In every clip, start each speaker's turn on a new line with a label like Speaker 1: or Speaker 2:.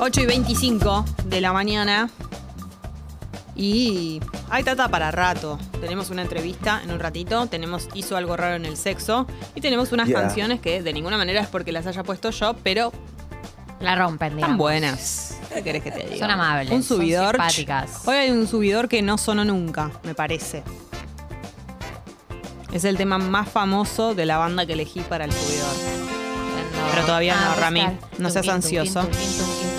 Speaker 1: 8 y 25 de la mañana. Y hay tata para rato. Tenemos una entrevista en un ratito, tenemos Hizo algo raro en el sexo y tenemos unas
Speaker 2: Yeah.
Speaker 1: canciones que de ninguna manera es porque las haya puesto yo, pero
Speaker 3: La rompen,
Speaker 1: tan
Speaker 3: digamos.
Speaker 1: buenas. ¿Qué querés que te diga?
Speaker 3: Son amables,
Speaker 1: Un
Speaker 3: son
Speaker 1: subidor.
Speaker 3: simpáticas.
Speaker 1: Hoy hay un subidor que no sonó nunca, me parece. Es el tema más famoso de la banda que elegí para el subidor. Pero todavía no, Rami. No seas ansioso.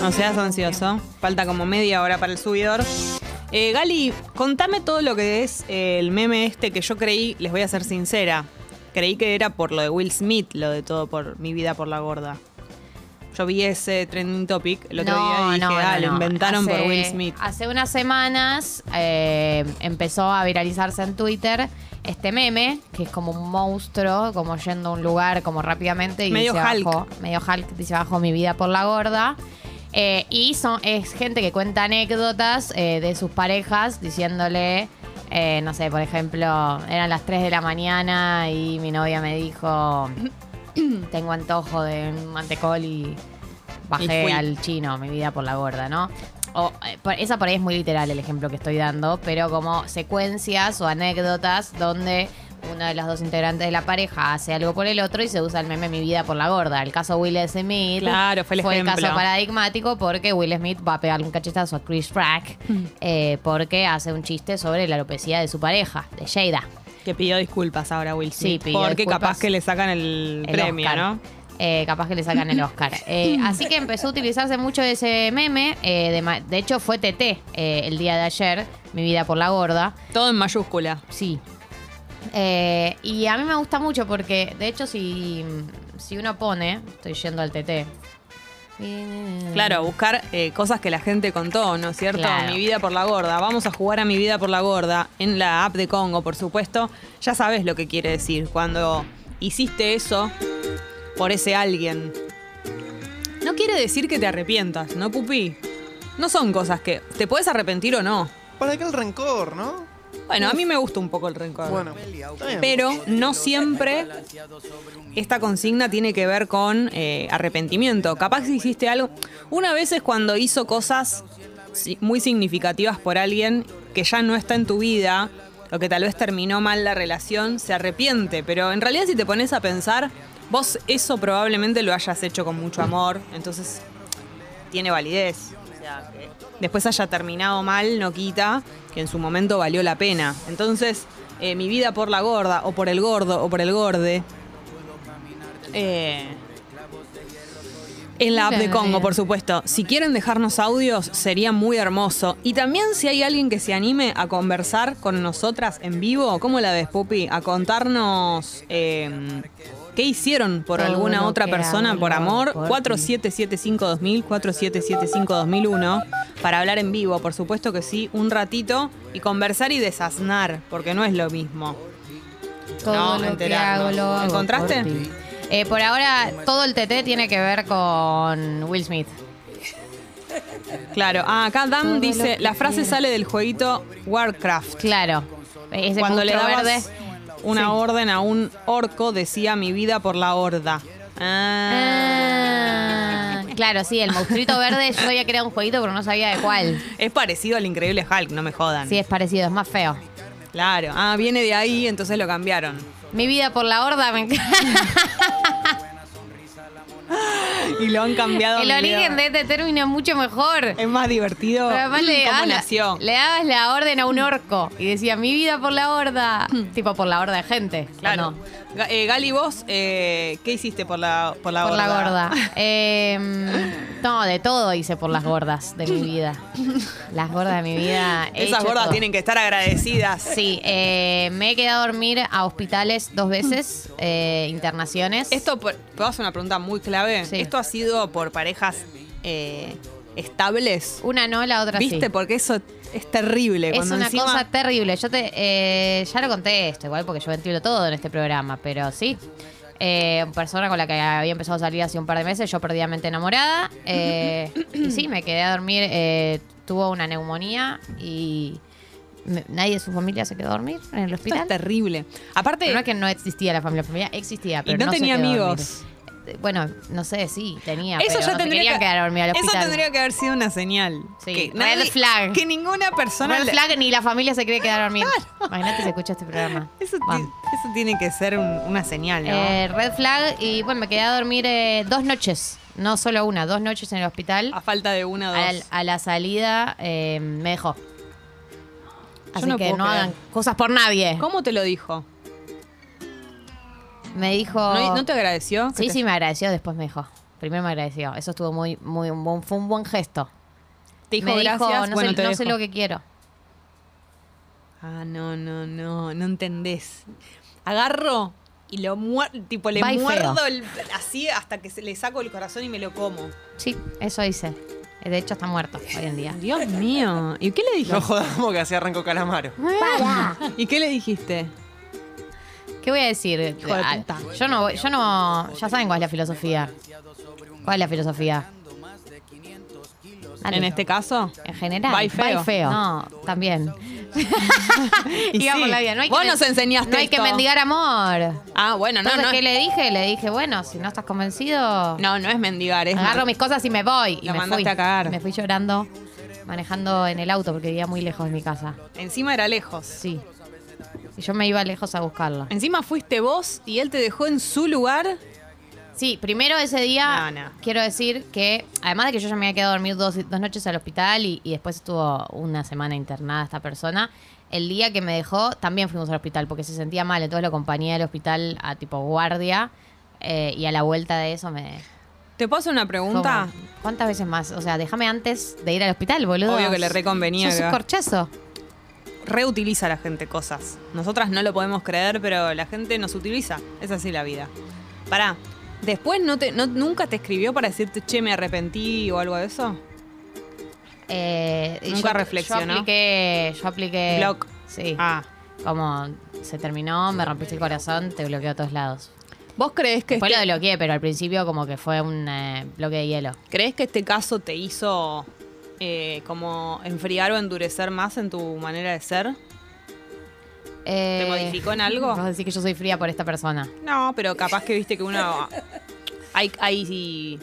Speaker 1: No seas ansioso. Falta como media hora para el subidor. Eh, Gali, contame todo lo que es eh, el meme este que yo creí, les voy a ser sincera. Creí que era por lo de Will Smith, lo de todo por mi vida por la gorda. Yo vi ese trending topic el otro día y dije, ah, lo inventaron por Will Smith.
Speaker 3: Hace unas semanas eh, empezó a viralizarse en Twitter este meme, que es como un monstruo, como yendo a un lugar como rápidamente. Y
Speaker 1: Medio
Speaker 3: dice
Speaker 1: Hulk.
Speaker 3: abajo- medio Hulk, dice abajo mi vida por la gorda. Eh, y son, es gente que cuenta anécdotas eh, de sus parejas diciéndole, eh, no sé, por ejemplo, eran las 3 de la mañana y mi novia me dijo, tengo antojo de un mantecol y
Speaker 1: Y fui.
Speaker 3: bajé al chino, mi vida por la gorda, ¿no? O, eh, por- esa por ahí es muy literal el ejemplo que estoy dando, pero como secuencias o anécdotas donde uno de los dos integrantes de la pareja hace algo por el otro y se usa el meme Mi vida por la gorda. El caso Will Smith
Speaker 1: Claro, fue el ejemplo.
Speaker 3: caso paradigmático porque Will Smith va a pegarle un cachetazo a Chris Rock
Speaker 1: Mm.
Speaker 3: eh, porque hace un chiste sobre la alopecia de su pareja, de Jada.
Speaker 1: Que pidió disculpas ahora Will Smith.
Speaker 3: pidió
Speaker 1: porque
Speaker 3: disculpas.
Speaker 1: capaz que le sacan el,
Speaker 3: el
Speaker 1: premio,
Speaker 3: Oscar.
Speaker 1: ¿no?
Speaker 3: Eh, capaz que le sacan el Oscar. Eh, así que empezó a utilizarse mucho ese meme. eh, de, ma- de hecho, fue TT eh, el día de ayer, Mi vida por la gorda.
Speaker 1: Todo en mayúscula.
Speaker 3: Sí. Eh, y a mí me gusta mucho porque, de hecho, si, si uno pone, estoy yendo al TT.
Speaker 1: Claro, buscar eh, cosas que la gente contó, ¿no es cierto?
Speaker 3: Claro.
Speaker 1: Mi vida por la gorda. Vamos a jugar a mi vida por la gorda en la app de Congo, por supuesto. Ya sabes lo que quiere decir cuando hiciste eso por ese alguien. No quiere decir que te arrepientas, ¿no, Pupi? No son cosas que te puedes arrepentir o no.
Speaker 2: ¿Para qué el rencor, no?
Speaker 1: Bueno, a mí me gusta un poco el rencor.
Speaker 2: Bueno, está bien.
Speaker 1: Pero no siempre esta consigna tiene que ver con eh, arrepentimiento. Capaz que hiciste algo. Una vez es cuando hizo cosas si- muy significativas por alguien que ya no está en tu vida o que tal vez terminó mal la relación, se arrepiente. Pero en realidad si te pones a pensar, vos eso probablemente lo hayas hecho con mucho amor. Entonces tiene validez. O sea, que después haya terminado mal no quita que en su momento valió la pena. Entonces, eh, mi vida por la gorda, o por el gordo, o por el gorde. eh, en la app de Congo, por supuesto. Si quieren dejarnos audios, sería muy hermoso. Y también si hay alguien que se anime a conversar con nosotras en vivo, ¿cómo la ves, Pupi? A contarnos eh, qué hicieron por
Speaker 3: Todo
Speaker 1: alguna
Speaker 3: lo
Speaker 1: otra
Speaker 3: que
Speaker 1: persona
Speaker 3: hago
Speaker 1: por amor.
Speaker 3: por ti.
Speaker 1: 4775-2000, 4775-2001. Para hablar en vivo, por supuesto que sí, un ratito. Y conversar y desaznar, porque no es lo mismo. no,
Speaker 3: Todo lo que
Speaker 1: enterarnos.
Speaker 3: hago, lo hago
Speaker 1: ¿Encontraste?
Speaker 3: por ti. Eh, por ahora, todo el TT tiene que ver con Will Smith.
Speaker 1: Claro. Ah, acá
Speaker 3: Todo
Speaker 1: Dan
Speaker 3: lo
Speaker 1: dice,
Speaker 3: que
Speaker 1: la frase
Speaker 3: quiero".
Speaker 1: sale del jueguito Warcraft.
Speaker 3: Claro. Ese
Speaker 1: Cuando le
Speaker 3: monstruo
Speaker 1: dabas
Speaker 3: verde.
Speaker 1: una orden a un orco, decía mi vida por la horda. Ah.
Speaker 3: Ah, claro, sí, el monstruito verde. Yo sabía que era un jueguito, pero no sabía de cuál.
Speaker 1: Es parecido al increíble Hulk, no me jodan.
Speaker 3: Sí, es parecido, es más feo.
Speaker 1: Claro. Ah, viene de ahí, entonces lo cambiaron.
Speaker 3: Mi vida por la horda me encanta.
Speaker 1: Y lo han cambiado. a
Speaker 3: El
Speaker 1: mi
Speaker 3: origen de
Speaker 1: vida.
Speaker 3: este término es mucho mejor.
Speaker 1: Es más divertido. Mm,
Speaker 3: Pero además le
Speaker 1: ¿Cómo
Speaker 3: dabas, la,
Speaker 1: nació?
Speaker 3: le dabas la orden a un orco y decía, mi vida por la horda. tipo por la horda de gente. ¿o
Speaker 1: Claro.
Speaker 3: no?
Speaker 1: Ga- eh, Gali, vos, eh, ¿qué hiciste por la, por la
Speaker 3: Por
Speaker 1: horda?
Speaker 3: la gorda. Eh, no, de todo hice por las gordas de mi vida. Las gordas de mi vida. he
Speaker 1: Esas
Speaker 3: hecho
Speaker 1: gordas
Speaker 3: todo.
Speaker 1: tienen que estar agradecidas.
Speaker 3: Sí, eh, me he quedado a dormir a hospitales dos veces, eh, internaciones.
Speaker 1: Esto, por- te voy a hacer una pregunta muy clave.
Speaker 3: Sí.
Speaker 1: ¿Esto ha sido por parejas eh, estables?
Speaker 3: Una no, la otra
Speaker 1: ¿Viste?
Speaker 3: Uh, sí.
Speaker 1: Porque eso es terrible.
Speaker 3: Es
Speaker 1: cuando
Speaker 3: una
Speaker 1: encima-
Speaker 3: cosa terrible. Yo te eh, ya lo conté esto, igual porque yo ventilo todo en este programa, pero sí. Eh, persona con la que había empezado a salir hace un par de meses, yo perdidamente enamorada. eh, y sí, me quedé a dormir. eh, tuvo una neumonía y me- nadie de su familia se quedó a dormir en el
Speaker 1: Esto es
Speaker 3: hospital.
Speaker 1: terrible. Aparte,
Speaker 3: No es que no existía la familia, la familia existía, pero
Speaker 1: y no,
Speaker 3: se
Speaker 1: tenía
Speaker 3: quedó a dormir.
Speaker 1: amigos.
Speaker 3: bueno, no sé, sí, tenía.
Speaker 1: Eso
Speaker 3: pero
Speaker 1: ya
Speaker 3: no se
Speaker 1: tendría
Speaker 3: quería
Speaker 1: que,
Speaker 3: quedar dormida al
Speaker 1: eso
Speaker 3: hospital.
Speaker 1: tendría que haber sido una señal.
Speaker 3: Sí,
Speaker 1: Que
Speaker 3: red flag.
Speaker 1: Que ninguna persona.
Speaker 3: Red
Speaker 1: le-
Speaker 3: flag ni la familia se cree quedar dormida. Imagínate si escucha este programa.
Speaker 1: Eso, ti-
Speaker 3: Vamos.
Speaker 1: eso tiene que ser un- una señal, ¿no?
Speaker 3: Eh, red flag y bueno, me quedé a dormir eh, dos noches, no solo una, dos noches en el hospital.
Speaker 1: a falta de una o Ah, dos.
Speaker 3: Al- a la salida eh, me dejó. Así
Speaker 1: no
Speaker 3: que
Speaker 1: puedo
Speaker 3: no
Speaker 1: creer.
Speaker 3: hagan cosas por nadie.
Speaker 1: ¿Cómo te lo dijo?
Speaker 3: Me dijo.
Speaker 1: ¿No, no te agradeció?
Speaker 3: Sí,
Speaker 1: Que te-
Speaker 3: sí, me agradeció, después me dijo. Primero me agradeció. Eso estuvo muy, muy, un buen- fue un buen gesto.
Speaker 1: Te dijo
Speaker 3: me
Speaker 1: gracias.
Speaker 3: no,
Speaker 1: bueno,
Speaker 3: sé,
Speaker 1: te
Speaker 3: no
Speaker 1: dejo.
Speaker 3: sé lo que quiero.
Speaker 1: Ah, no, no, no, no entendés. Agarro y lo muerdo, tipo le
Speaker 3: Va y
Speaker 1: muerdo
Speaker 3: feo.
Speaker 1: el- así hasta que se- le saco el corazón y me lo como.
Speaker 3: Sí, eso hice. De hecho, está muerto hoy en día.
Speaker 1: Dios mío. ¿Y qué le
Speaker 2: No jodamos que así arrancó Calamaro.
Speaker 1: ¿Y qué le dijiste?
Speaker 3: ¿Qué voy a decir?
Speaker 1: de
Speaker 3: Ah,
Speaker 1: puta.
Speaker 3: Yo no, voy- yo no, ya saben cuál es la filosofía. ¿Cuál es la filosofía? Dale.
Speaker 1: En este caso.
Speaker 3: En general.
Speaker 1: Va y
Speaker 3: va y
Speaker 1: feo.
Speaker 3: No, también.
Speaker 1: Y
Speaker 3: Iba
Speaker 1: sí.
Speaker 3: por la vida. No hay que
Speaker 1: Vos
Speaker 3: men-
Speaker 1: nos enseñaste
Speaker 3: No hay que
Speaker 1: esto.
Speaker 3: mendigar amor.
Speaker 1: Ah, bueno, no,
Speaker 3: Entonces,
Speaker 1: no.
Speaker 3: ¿qué le dije? Le dije, bueno, si no estás convencido,
Speaker 1: No, no es mendigar, es
Speaker 3: agarro mis cosas y me voy. Y
Speaker 1: La
Speaker 3: me
Speaker 1: mandaste
Speaker 3: fui.
Speaker 1: a cagar.
Speaker 3: Me fui llorando, manejando en el auto porque vivía muy lejos de mi casa.
Speaker 1: Encima era lejos.
Speaker 3: Sí. Y yo me iba lejos a buscarla.
Speaker 1: Encima fuiste vos y él te dejó en su lugar.
Speaker 3: Sí, primero ese día,
Speaker 1: No, no.
Speaker 3: quiero decir que, además de que yo ya me había quedado a dormir dos, dos noches al hospital y, y después estuvo una semana internada esta persona, el día que me dejó también fuimos al hospital porque se sentía mal, entonces lo acompañé al hospital a tipo guardia eh, y a la vuelta de eso me...
Speaker 1: ¿Te puedo hacer una pregunta?
Speaker 3: Como, ¿Cuántas veces más? O sea, déjame antes de ir al hospital, boludo.
Speaker 1: Obvio que le reconvenía
Speaker 3: Sos
Speaker 1: que
Speaker 3: un
Speaker 1: va.
Speaker 3: corchazo.
Speaker 1: Reutiliza la gente cosas. Nosotras no lo podemos creer, pero la gente nos utiliza. Es así la vida. Pará. Después no te, no- nunca te escribió para decirte, che, me arrepentí o algo de eso.
Speaker 3: Eh, y
Speaker 1: Nunca
Speaker 3: yo-
Speaker 1: reflexionó.
Speaker 3: Yo apliqué... Yo apliqué...
Speaker 1: Block.
Speaker 3: Sí.
Speaker 1: Ah.
Speaker 3: Como se terminó, me rompiste el corazón, te bloqueó a todos lados.
Speaker 1: ¿Vos crees que,
Speaker 3: Después
Speaker 1: este,
Speaker 3: lo bloqueé, pero al principio como que fue un eh, bloque de hielo.
Speaker 1: crees que este caso te hizo eh, como enfriar o endurecer más en tu manera de ser?
Speaker 3: Eh,
Speaker 1: modificó en algo?
Speaker 3: Vas a decir que yo soy fría por esta persona.
Speaker 1: No, pero capaz que viste que uno. Hay, hay sí,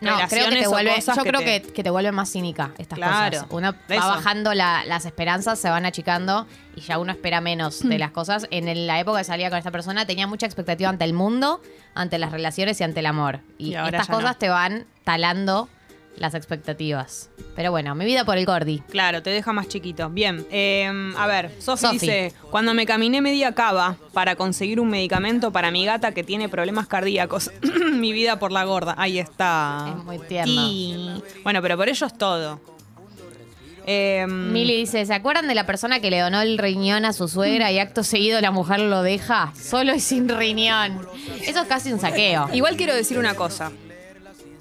Speaker 3: No, creo que
Speaker 1: relaciones
Speaker 3: te
Speaker 1: o
Speaker 3: vuelve,
Speaker 1: cosas
Speaker 3: yo creo
Speaker 1: te-
Speaker 3: que, que te vuelve más cínica estas
Speaker 1: Claro,
Speaker 3: cosas. Uno va
Speaker 1: eso.
Speaker 3: bajando la- las esperanzas, se van achicando y ya uno espera menos
Speaker 1: Hmm.
Speaker 3: de las cosas. En el- la época que salía con esta persona tenía mucha expectativa ante el mundo, ante las relaciones y ante el amor. Y,
Speaker 1: Y ahora
Speaker 3: estas
Speaker 1: ya no.
Speaker 3: cosas te van talando las expectativas. Pero bueno, mi vida por el gordi.
Speaker 1: Claro, te deja más chiquito. Bien, eh, a ver, Sofi
Speaker 3: Sofi.
Speaker 1: dice, cuando me caminé media cava para conseguir un medicamento para mi gata que tiene problemas cardíacos, mi vida por la gorda, ahí está.
Speaker 3: Es muy tierno.
Speaker 1: Sí. Bueno, pero por ello es todo. Eh,
Speaker 3: Mili dice, ¿se acuerdan de la persona que le donó el riñón a su suegra y acto seguido la mujer lo deja solo y sin riñón? Eso es casi un saqueo.
Speaker 1: Igual quiero decir una cosa.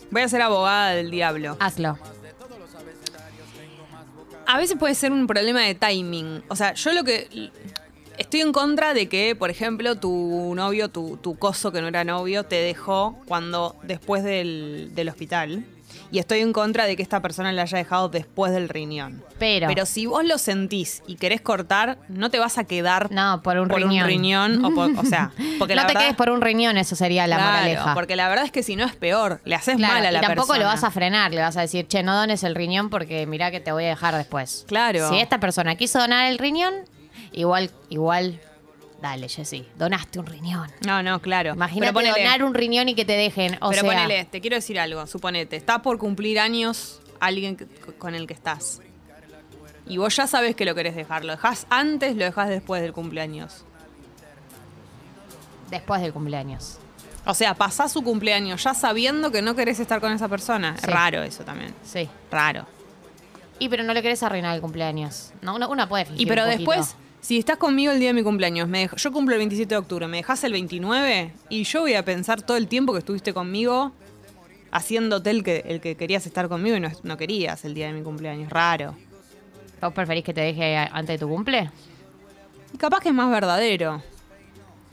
Speaker 1: Voy a ser abogada del diablo.
Speaker 3: Hazlo.
Speaker 1: A veces puede ser un problema de timing. O sea, yo lo que. Estoy en contra de que, por ejemplo, tu novio, tu, tu coso que no era novio, te dejó cuando. después del, del hospital. Y estoy en contra de que esta persona le haya dejado después del riñón.
Speaker 3: Pero-
Speaker 1: Pero si vos lo sentís y querés cortar, no te vas a quedar
Speaker 3: No, por un riñón.
Speaker 1: riñón o, por- o sea, porque
Speaker 3: no
Speaker 1: la
Speaker 3: te
Speaker 1: verdad-
Speaker 3: quedes por un riñón, eso sería la
Speaker 1: Claro,
Speaker 3: moraleja.
Speaker 1: Porque la verdad es que si no es peor, le haces
Speaker 3: Claro,
Speaker 1: mal a
Speaker 3: y
Speaker 1: la
Speaker 3: tampoco
Speaker 1: persona.
Speaker 3: lo vas a frenar, le vas a decir, che, no dones el riñón porque mirá que te voy a dejar después.
Speaker 1: Claro.
Speaker 3: Si esta persona quiso donar el riñón, igual, igual, dale, Jessy, donaste un riñón.
Speaker 1: No, no, claro.
Speaker 3: Imagínate
Speaker 1: Pero ponele-
Speaker 3: donar un riñón y que te dejen. O
Speaker 1: Pero
Speaker 3: sea,
Speaker 1: ponele, te quiero decir algo, suponete, está por cumplir años alguien que- con el que estás. Y vos ya sabes que lo querés dejar, lo dejás antes, lo dejás después del cumpleaños.
Speaker 3: después del cumpleaños.
Speaker 1: O sea, pasás su cumpleaños ya sabiendo que no querés estar con esa persona.
Speaker 3: Sí.
Speaker 1: Es raro eso también.
Speaker 3: Sí.
Speaker 1: Raro.
Speaker 3: Y pero no le querés arruinar el cumpleaños. No, una, una puede fingir
Speaker 1: Y pero
Speaker 3: un poquito.
Speaker 1: después, si estás conmigo el día de mi cumpleaños, me dej- yo cumplo el 27 de octubre, me dejás el 29 y yo voy a pensar todo el tiempo que estuviste conmigo haciéndote el que, el que querías estar conmigo y no, no querías el día de mi cumpleaños. Raro.
Speaker 3: ¿Vos preferís que te deje a- antes de tu cumple?
Speaker 1: Y capaz que es más verdadero.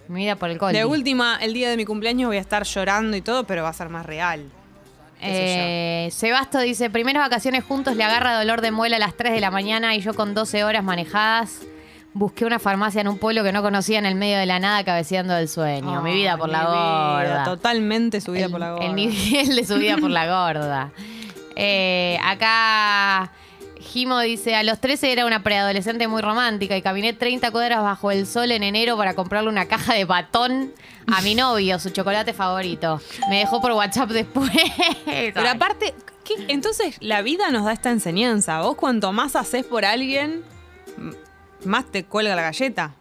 Speaker 3: Mi vida por el col.
Speaker 1: De última, el día de mi cumpleaños voy a estar llorando y todo, pero va a ser más real. qué sé
Speaker 3: Eh, Sebasto dice, primeras vacaciones juntos le agarra dolor de muela a las 3 de la mañana y yo con 12 horas manejadas Busqué una farmacia en un pueblo que no conocía en el medio de la nada cabeceando del sueño. mi vida por la
Speaker 1: Mi vida,
Speaker 3: gorda.
Speaker 1: Totalmente subida
Speaker 3: el,
Speaker 1: por la gorda.
Speaker 3: El nivel de subida por la gorda. Eh, acá Jimo dice, a los 13 era una preadolescente muy romántica y caminé 30 cuadras bajo el sol en enero para comprarle una caja de batón a mi novio, su chocolate favorito. Me dejó por WhatsApp después.
Speaker 1: Pero aparte, ¿qué? entonces la vida nos da esta enseñanza. Vos cuanto más haces por alguien, m- más te cuelga la galleta.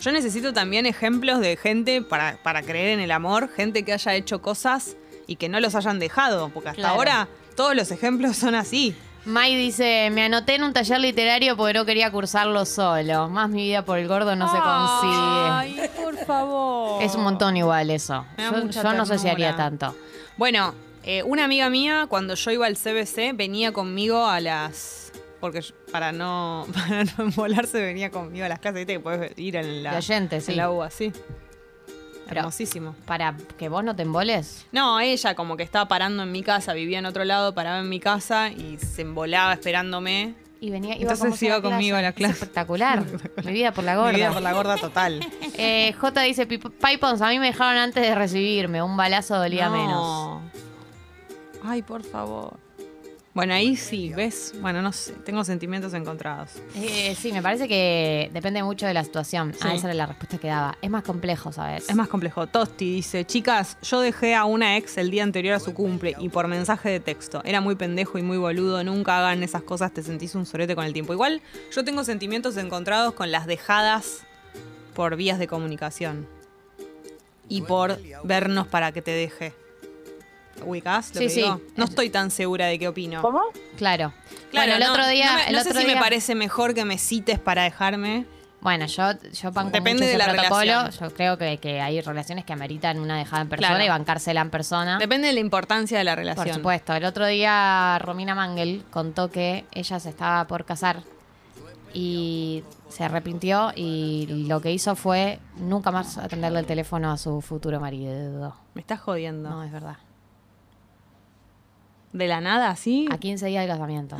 Speaker 1: Yo necesito también ejemplos de gente para, para creer en el amor, gente que haya hecho cosas y que no los hayan dejado, porque hasta
Speaker 3: Claro.
Speaker 1: ahora todos los ejemplos son así.
Speaker 3: Mai dice, me anoté en un taller literario porque no quería cursarlo solo. Más mi vida por el gordo no se consigue.
Speaker 1: Ay, por favor.
Speaker 3: Es un montón igual eso.
Speaker 1: Me da
Speaker 3: Yo,
Speaker 1: mucha
Speaker 3: yo no sé si
Speaker 1: ternura.
Speaker 3: haría tanto.
Speaker 1: Bueno, eh, una amiga mía, cuando yo iba al CBC, venía conmigo a las. Porque yo- para no, para no embolarse, venía conmigo a las clases. Viste que podés ir en la.
Speaker 3: De oyente, sí.
Speaker 1: En la UBA, sí.
Speaker 3: Pero-
Speaker 1: Hermosísimo.
Speaker 3: Para que vos no te emboles.
Speaker 1: No, ella como que estaba parando en mi casa, vivía en otro lado, paraba en mi casa y se embolaba esperándome.
Speaker 3: Y venía, iba
Speaker 1: Entonces
Speaker 3: con vos
Speaker 1: iba conmigo a la clase.
Speaker 3: Espectacular. Mi vida por la gorda.
Speaker 1: Mi vida por la gorda total.
Speaker 3: Eh, J dice, "Pip- Pipons, a mí me dejaron antes de recibirme. Un balazo dolía menos.
Speaker 1: No. Ay, por favor. Bueno, ahí sí, ¿ves? Bueno, no sé, tengo sentimientos encontrados.
Speaker 3: Eh, sí, me parece que depende mucho de la situación. Ah,
Speaker 1: Sí.
Speaker 3: esa era la respuesta que daba. Es más complejo, ¿sabes?
Speaker 1: Es más complejo. Tosti dice, chicas, yo dejé a una ex el día anterior a su cumple y por mensaje de texto. Era muy pendejo y muy boludo, nunca hagan esas cosas, te sentís un sorete con el tiempo. Igual yo tengo sentimientos encontrados con las dejadas por vías de comunicación y por vernos para que te deje. ¿Ubicás? lo
Speaker 3: Sí,
Speaker 1: que
Speaker 3: sí.
Speaker 1: digo? No estoy tan segura de qué opino. Claro,
Speaker 3: Claro. bueno, el
Speaker 1: no-
Speaker 3: otro día...
Speaker 1: No, me-
Speaker 3: el
Speaker 1: no
Speaker 3: otro
Speaker 1: sé si
Speaker 3: día-
Speaker 1: me parece mejor que me cites para dejarme.
Speaker 3: Bueno, yo, yo banco
Speaker 1: Depende
Speaker 3: mucho
Speaker 1: de
Speaker 3: ese
Speaker 1: la
Speaker 3: protocolo.
Speaker 1: relación.
Speaker 3: Yo creo que, que hay relaciones que ameritan una dejada en persona
Speaker 1: Claro.
Speaker 3: y bancársela en persona.
Speaker 1: Depende de la importancia de la relación.
Speaker 3: Por supuesto. El otro día Romina Mangel contó que ella se estaba por casar y se arrepintió y lo que hizo fue nunca más atenderle el teléfono a su futuro marido.
Speaker 1: Me estás jodiendo.
Speaker 3: No, es verdad.
Speaker 1: ¿De la nada así?
Speaker 3: A 15 días de casamiento.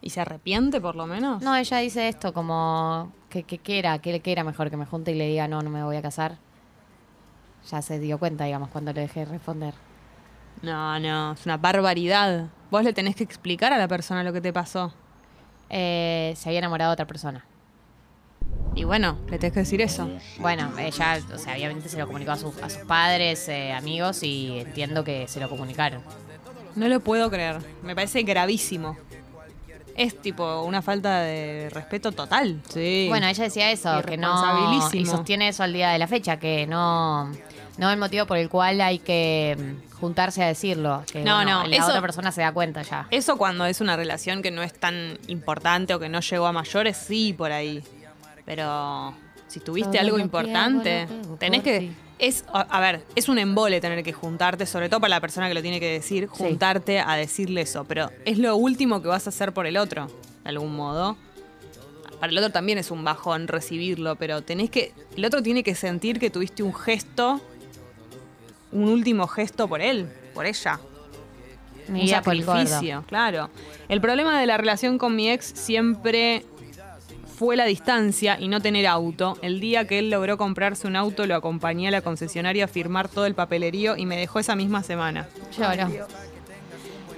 Speaker 1: ¿Y se arrepiente por lo menos?
Speaker 3: No, ella dice esto como que, que quiera, que le quiera mejor que me junte y le diga no, no me voy a casar. Ya se dio cuenta, digamos, cuando le dejé responder.
Speaker 1: No, no, es una barbaridad. Vos le tenés que explicar a la persona lo que te pasó.
Speaker 3: Eh, se había enamorado de otra persona.
Speaker 1: Y bueno, le tenés que decir eso.
Speaker 3: Bueno, ella, o sea, obviamente se lo comunicó a, sus- a sus padres, eh, amigos, y entiendo que se lo comunicaron.
Speaker 1: No lo puedo creer. Me parece gravísimo. Es tipo una falta de respeto total. Sí.
Speaker 3: Bueno, ella decía eso, que no.
Speaker 1: Irresponsabilísimo.
Speaker 3: Y sostiene eso al día de la fecha, que no. No es el motivo por el cual hay que mm, juntarse a decirlo. Que,
Speaker 1: No,
Speaker 3: bueno,
Speaker 1: no,
Speaker 3: La
Speaker 1: eso-
Speaker 3: otra persona se da cuenta ya.
Speaker 1: Eso cuando es una relación que no es tan importante o que no llegó a mayores, sí, por ahí. Pero si tuviste
Speaker 3: Todo
Speaker 1: algo
Speaker 3: lo que
Speaker 1: importante,
Speaker 3: hago lo hago
Speaker 1: tenés
Speaker 3: por
Speaker 1: que...
Speaker 3: ti.
Speaker 1: Es, a- a ver, es un embole tener que juntarte, sobre todo para la persona que lo tiene que decir, juntarte a decirle eso, pero es lo último que vas a hacer por el otro, de algún modo. Para el otro también es un bajón recibirlo, pero tenés que... El otro tiene que sentir que tuviste un gesto, un último gesto por él, por ella
Speaker 3: Mi
Speaker 1: un
Speaker 3: vida por el gordo.
Speaker 1: sacrificio, claro. El problema de la relación con mi ex siempre fue la distancia y no tener auto. El día que él logró comprarse un auto, lo acompañé a la concesionaria a firmar todo el papelerío y me dejó esa misma semana.
Speaker 3: Lloro.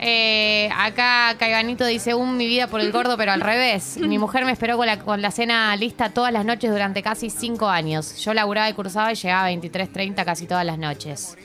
Speaker 3: Eh, acá Caiganito dice, un mi vida por el gordo, pero al revés. Mi mujer me esperó con la, con la cena lista todas las noches durante casi cinco años. Yo laburaba y cursaba y llegaba a 23.30 casi todas las noches.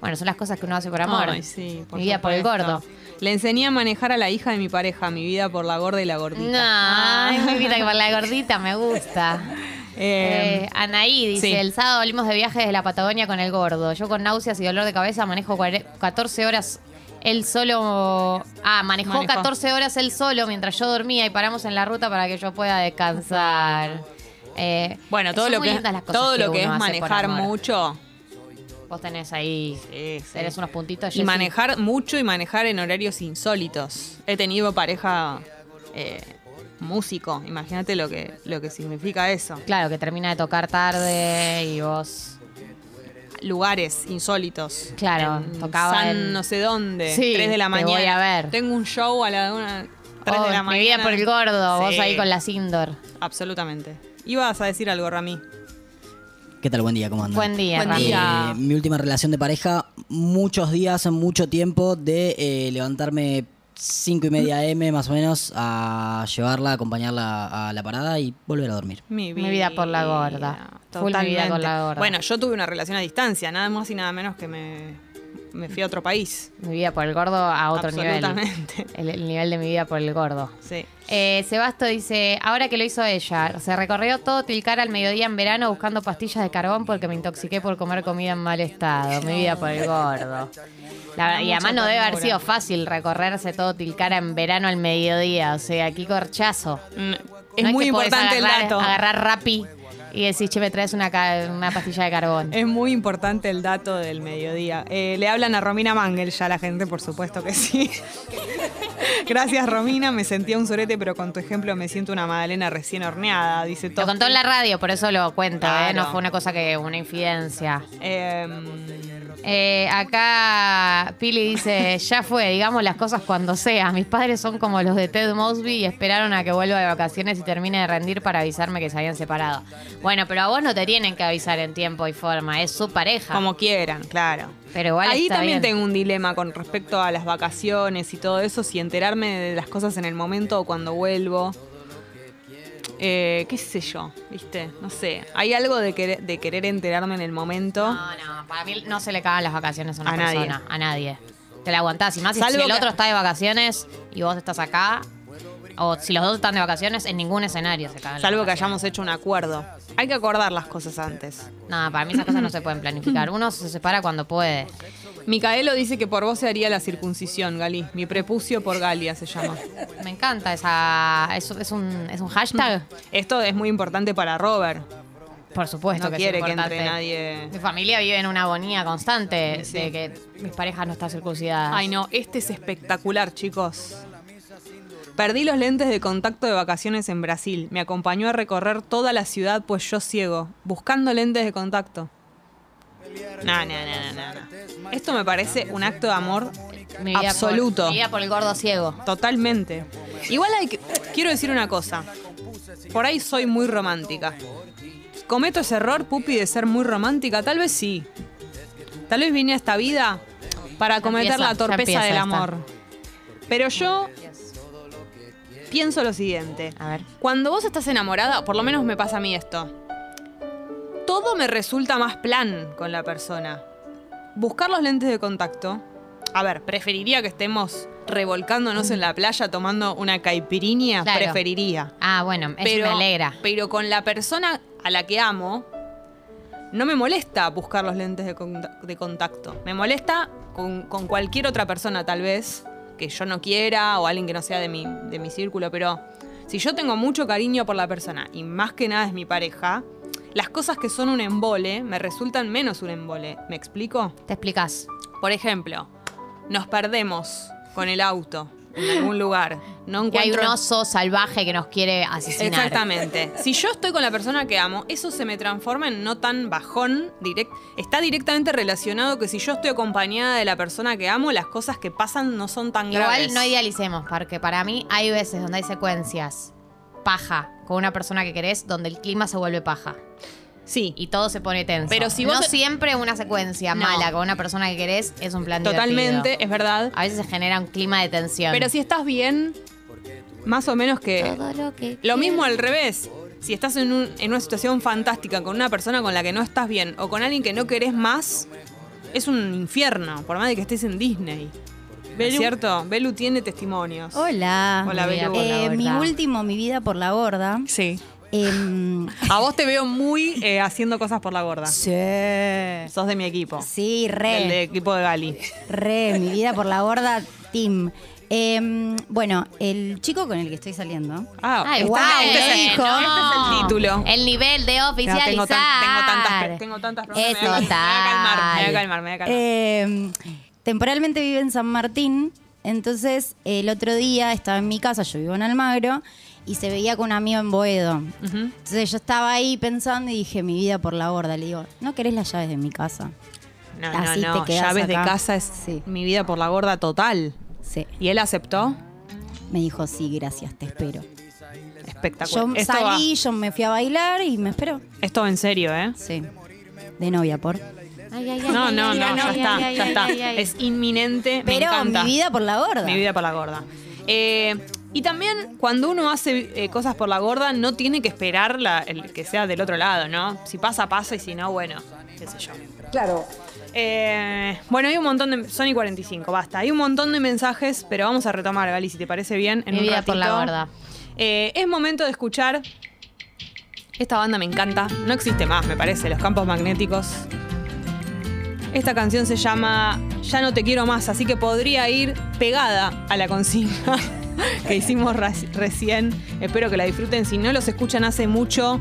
Speaker 3: Bueno, son las cosas que uno hace por amor.
Speaker 1: Ay, sí, por
Speaker 3: mi vida por el
Speaker 1: supuesto.
Speaker 3: gordo.
Speaker 1: Le enseñé a manejar a la hija de mi pareja, mi vida por la gorda y la gordita.
Speaker 3: No, ay, mi vida por la gordita me gusta.
Speaker 1: Eh,
Speaker 3: Eh, Anaí dice,
Speaker 1: sí.
Speaker 3: el sábado volvimos de viaje desde la Patagonia con el gordo. Yo con náuseas y dolor de cabeza manejo cuare- 14 horas él solo... Ah, manejó,
Speaker 1: Manejó.
Speaker 3: 14 horas él solo mientras yo dormía y paramos en la ruta para que yo pueda descansar. Eh,
Speaker 1: bueno, todo
Speaker 3: son
Speaker 1: lo
Speaker 3: muy
Speaker 1: que,
Speaker 3: lindas las cosas
Speaker 1: todo lo que es
Speaker 3: uno hace por
Speaker 1: manejar
Speaker 3: amor.
Speaker 1: mucho.
Speaker 3: Vos tenés ahí...
Speaker 1: Sí, sí.
Speaker 3: Tenés unos puntitos.
Speaker 1: Y
Speaker 3: Jessy.
Speaker 1: manejar mucho y manejar en horarios insólitos. He tenido pareja eh, músico, imagínate lo que, lo que significa eso.
Speaker 3: Claro, que termina de tocar tarde y vos...
Speaker 1: Lugares insólitos.
Speaker 3: Claro,
Speaker 1: En
Speaker 3: tocaba
Speaker 1: San
Speaker 3: en-
Speaker 1: no sé dónde,
Speaker 3: Sí,
Speaker 1: 3 de la
Speaker 3: te voy
Speaker 1: mañana.
Speaker 3: a ver.
Speaker 1: Tengo un show a la una. 3 de
Speaker 3: Oh,
Speaker 1: la
Speaker 3: mi
Speaker 1: mañana.
Speaker 3: vida por el gordo,
Speaker 1: Sí,
Speaker 3: vos ahí con las indoor.
Speaker 1: Absolutamente. Ibas a decir algo, Rami.
Speaker 4: ¿Qué tal? Buen día, ¿cómo andan?
Speaker 3: Buen día,
Speaker 1: Buen
Speaker 3: Rami.
Speaker 1: día.
Speaker 4: Eh, mi última relación de pareja, muchos días, mucho tiempo de eh, levantarme 5 y media M más o menos a llevarla, acompañarla a la parada y volver a dormir.
Speaker 1: Mi
Speaker 3: Mi vida por la gorda. Full mi vida con la gorda.
Speaker 1: Bueno, yo tuve una relación a distancia, nada más y nada menos que me, me fui a otro país.
Speaker 3: Mi vida por el gordo a otro nivel.
Speaker 1: Absolutamente.
Speaker 3: El, el nivel de mi vida por el gordo.
Speaker 1: Sí.
Speaker 3: Eh, Sebasto dice, ahora que lo hizo ella, se recorrió todo Tilcara al mediodía en verano buscando pastillas de carbón porque me intoxiqué por comer comida en mal estado. Mi vida por el gordo. La- y
Speaker 1: Mucha
Speaker 3: además no debe haber
Speaker 1: ternura.
Speaker 3: sido fácil recorrerse todo Tilcara en verano al mediodía. O sea, aquí corchazo.
Speaker 1: Mm, Es
Speaker 3: No
Speaker 1: muy
Speaker 3: que podés
Speaker 1: importante
Speaker 3: agarrar-
Speaker 1: el dato.
Speaker 3: Agarrar rapi y decir, che, me traes una, ca- una pastilla de carbón.
Speaker 1: Es muy importante el dato del mediodía. Eh, le hablan a Romina Mangel ya la gente, por supuesto que sí. Gracias, Romina. Me sentía un sorete, pero con tu ejemplo me siento una magdalena recién horneada, dice
Speaker 3: Lo
Speaker 1: todo.
Speaker 3: contó en la radio, por eso lo cuento, ¿eh? No
Speaker 1: Claro.
Speaker 3: fue una cosa que, una infidencia.
Speaker 1: Em,
Speaker 3: Eh, acá Pili dice, ya fue, digamos las cosas cuando sea. Mis padres son como los de Ted Mosby y esperaron a que vuelva de vacaciones y termine de rendir para avisarme que se habían separado. Bueno, pero a vos no te tienen que avisar en tiempo y forma, es su pareja.
Speaker 1: como quieran, claro.
Speaker 3: Pero igual
Speaker 1: Ahí
Speaker 3: está
Speaker 1: también
Speaker 3: bien.
Speaker 1: tengo un dilema con respecto a las vacaciones y todo eso, si enterarme de las cosas en el momento o cuando vuelvo. Eh, qué sé yo, viste, no sé. Hay algo de, querer- de querer enterarme en el momento.
Speaker 3: No, no, para mí no se le cagan las vacaciones a una
Speaker 1: A nadie.
Speaker 3: persona, a nadie. Te la aguantás, y más si-
Speaker 1: Salvo
Speaker 3: si el
Speaker 1: que-
Speaker 3: otro está de vacaciones y vos estás acá, o si los dos están de vacaciones, en ningún escenario se cagan. las
Speaker 1: Salvo que
Speaker 3: vacaciones.
Speaker 1: hayamos hecho un acuerdo. Hay que acordar las cosas antes.
Speaker 3: No, para mí esas cosas no se pueden planificar. Uno se separa cuando puede.
Speaker 1: Micaelo dice que por vos se haría la circuncisión, Gali. Mi prepucio por Galia se llama.
Speaker 3: Me encanta esa. Es, es un, es un hashtag.
Speaker 1: Esto es muy importante para Robert.
Speaker 3: Por supuesto
Speaker 1: No
Speaker 3: que
Speaker 1: quiere
Speaker 3: es
Speaker 1: que
Speaker 3: importante.
Speaker 1: entre nadie.
Speaker 3: Mi familia vive en una agonía constante
Speaker 1: Sí.
Speaker 3: de que mis parejas no están circuncidadas.
Speaker 1: Ay, no, este es espectacular, chicos. Perdí los lentes de contacto de vacaciones en Brasil. Me acompañó a recorrer toda la ciudad, pues yo ciego, buscando lentes de contacto. No, no, no, no, no, no. Esto me parece un acto de amor
Speaker 3: Mi vida por-
Speaker 1: absoluto.
Speaker 3: mi vida por el gordo ciego.
Speaker 1: Totalmente. Igual hay que- quiero decir una cosa. Por ahí soy muy romántica. ¿Cometo ese error, Pupi, de ser muy romántica? Tal vez sí. Tal vez vine a esta vida para cometer
Speaker 3: empieza,
Speaker 1: la
Speaker 3: ya
Speaker 1: torpeza
Speaker 3: empieza
Speaker 1: del
Speaker 3: esta.
Speaker 1: amor. Pero yo pienso lo siguiente.
Speaker 3: A ver.
Speaker 1: Cuando vos estás enamorada, por lo menos me pasa a mí esto, todo me resulta más plan con la persona. Buscar los lentes de contacto. A ver, preferiría que estemos revolcándonos en la playa tomando una caipirinha.
Speaker 3: Claro.
Speaker 1: Preferiría.
Speaker 3: Ah, bueno, es me alegra.
Speaker 1: Pero con la persona a la que amo, no me molesta buscar los lentes de, conta- de contacto. Me molesta con, con cualquier otra persona, tal vez, que yo no quiera o alguien que no sea de mi, de mi círculo. Pero si yo tengo mucho cariño por la persona y más que nada es mi pareja, las cosas que son un embole me resultan menos un embole. ¿Me explico?
Speaker 3: Te explicas.
Speaker 1: Por ejemplo, nos perdemos con el auto en algún lugar. No
Speaker 3: Que hay
Speaker 1: encuentro...
Speaker 3: un oso salvaje que nos quiere asesinar.
Speaker 1: Exactamente. Si yo estoy con la persona que amo, eso se me transforma en no tan bajón. direct- está directamente relacionado que si yo estoy acompañada de la persona que amo, las cosas que pasan no son tan graves.
Speaker 3: Igual no idealicemos, porque para mí hay veces donde hay secuencias paja con una persona que querés donde el clima se vuelve paja.
Speaker 1: Sí,
Speaker 3: y todo se pone tenso.
Speaker 1: Pero si vos-
Speaker 3: no siempre una secuencia
Speaker 1: No.
Speaker 3: mala con una persona que querés es un plan
Speaker 1: totalmente,
Speaker 3: divertido.
Speaker 1: es verdad.
Speaker 3: A veces se genera un clima de tensión.
Speaker 1: Pero si estás bien, más o menos que...
Speaker 3: Todo lo que
Speaker 1: Lo mismo
Speaker 3: quieras.
Speaker 1: al revés. Si estás en, un- en una situación fantástica con una persona con la que no estás bien o con alguien que no querés más, es un infierno, por más de que estés en Disney. ¿Es cierto? Belu tiene testimonios.
Speaker 5: Hola.
Speaker 1: Hola,
Speaker 3: Muy bien.
Speaker 1: Belu.
Speaker 3: por la
Speaker 5: Eh, mi
Speaker 3: gorda.
Speaker 5: último, mi vida por la gorda.
Speaker 1: Sí.
Speaker 5: Em,
Speaker 1: A vos te veo muy eh, haciendo cosas por la gorda.
Speaker 5: sí.
Speaker 1: Sos de mi equipo.
Speaker 5: Sí,
Speaker 1: El Ah. de
Speaker 5: re.
Speaker 1: equipo de Gali.
Speaker 5: Re, mi vida por la gorda, team. Em, bueno, el chico con el que estoy saliendo.
Speaker 1: Ah,
Speaker 3: Ay,
Speaker 1: este-
Speaker 5: guau,
Speaker 1: este, es el,
Speaker 5: hijo.
Speaker 1: este es el título.
Speaker 3: El nivel de
Speaker 1: No,
Speaker 3: oficializar.
Speaker 1: tengo, tan- tengo tantas, tengo tantas preguntas.
Speaker 3: Eso,
Speaker 1: me voy a calmar, me voy a
Speaker 3: tal.
Speaker 1: calmar, me voy a calmar.
Speaker 5: Em, temporalmente vive en San Martín. Entonces, el otro día estaba en mi casa, yo vivo en Almagro, y se veía con un amigo en Boedo.
Speaker 1: Ujú.
Speaker 5: Entonces, yo estaba ahí pensando y dije, mi vida por la gorda. Le digo, ¿no querés las llaves de mi casa?
Speaker 1: No,
Speaker 5: Así
Speaker 1: no, no.
Speaker 5: te quedás
Speaker 1: Llaves de
Speaker 5: acá.
Speaker 1: casa es
Speaker 5: Sí.
Speaker 1: mi vida por la gorda total.
Speaker 5: Sí.
Speaker 1: ¿Y él aceptó?
Speaker 5: Me dijo, sí, gracias, te espero. Yo
Speaker 1: Espectacular. esto, va-
Speaker 5: salí, yo me fui a bailar y me esperó.
Speaker 1: esto va en serio, ¿eh?
Speaker 5: Sí. De novia, por.
Speaker 3: Ay, ay, ay,
Speaker 1: No,
Speaker 3: ay,
Speaker 1: no, no,
Speaker 3: ay,
Speaker 1: ya
Speaker 3: ay,
Speaker 1: está,
Speaker 3: ay,
Speaker 1: ya
Speaker 3: ay,
Speaker 1: está.
Speaker 3: ay, ay.
Speaker 1: Es inminente. me
Speaker 5: Pero
Speaker 1: encanta.
Speaker 5: mi vida por la gorda.
Speaker 1: Mi vida por la gorda. Eh, y también cuando uno hace eh, cosas por la gorda, no tiene que esperar la- el que sea del otro lado, ¿no? Si pasa, pasa y si no, bueno, qué sé yo.
Speaker 6: Claro.
Speaker 1: Eh, bueno, hay un montón de. Sony 45, basta. Hay un montón de mensajes, pero vamos a retomar, Gali, si te parece bien. En
Speaker 3: Mi
Speaker 1: un
Speaker 3: vida por la
Speaker 1: ratito.
Speaker 3: gorda.
Speaker 1: Eh, es momento de escuchar. Esta banda me encanta. No existe más, me parece, los campos magnéticos. Esta canción se llama Ya no te quiero más, así que podría ir pegada a la consigna que hicimos raci- recién. Espero que la disfruten. Si no los escuchan hace mucho,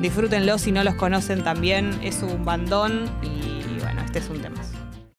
Speaker 1: disfrútenlos. Si no los conocen también, es un bandón. Y bueno, este es un tema.